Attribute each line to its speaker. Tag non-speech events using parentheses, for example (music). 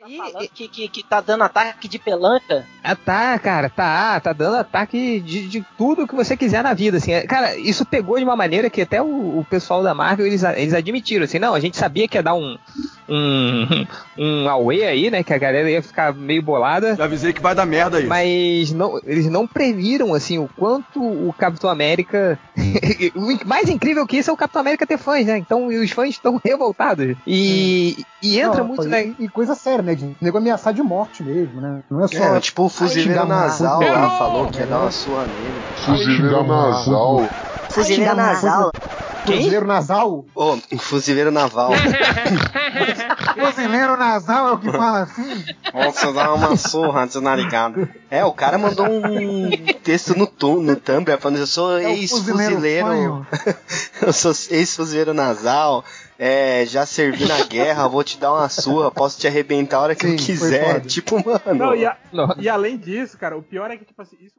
Speaker 1: Tá falando que, que, que tá dando ataque de pelanca.
Speaker 2: Ah, tá, cara, tá, tá dando ataque de, de tudo que você quiser na vida, assim. Cara, isso pegou de uma maneira que até o, o pessoal da Marvel, eles, eles admitiram, assim, não, a gente sabia que ia dar um, um, (laughs) um away aí, né, que a galera ia ficar meio bolada.
Speaker 3: Já avisei que vai dar merda aí.
Speaker 2: Mas não, eles não previram, assim, o quanto o Capitão América... (laughs) o mais incrível que isso é o Capitão América ter fãs, né? Então, os fãs estão (laughs) revoltados. E, e entra
Speaker 4: Não,
Speaker 2: muito,
Speaker 4: foi-
Speaker 2: né?
Speaker 4: E coisa séria, né? De nego ameaçar de morte mesmo, né? Não é só.
Speaker 5: É, tipo o
Speaker 4: xingar
Speaker 5: fuzileiro
Speaker 4: muito.
Speaker 5: nasal lá
Speaker 4: Errou!
Speaker 5: falou que ia dar uma sua nele.
Speaker 6: Fuzileiro nasal.
Speaker 5: Fuzileiro
Speaker 4: xingar muito.
Speaker 5: nasal.
Speaker 2: (laughs)
Speaker 4: Fuzileiro nasal.
Speaker 5: Ô, um
Speaker 7: (laughs)
Speaker 5: fuzileiro naval.
Speaker 4: Fuzileiro nasal é o que fala assim.
Speaker 5: Nossa, dá uma surra desnaligado. É, o cara mandou um texto no, tu, no Tumblr falando eu sou
Speaker 4: É o
Speaker 5: ex-fuzileiro.
Speaker 4: fanho.
Speaker 5: (laughs) Eu sou ex-fuzileiro nasal. É, já servi na guerra, vou te dar uma surra, posso te arrebentar a hora que eu
Speaker 4: Sim, foi
Speaker 5: quiser.
Speaker 4: foda.
Speaker 5: Tipo, mano.
Speaker 7: Não, e, a-
Speaker 2: Não.
Speaker 7: e além disso, cara, o pior é que, tipo assim, isso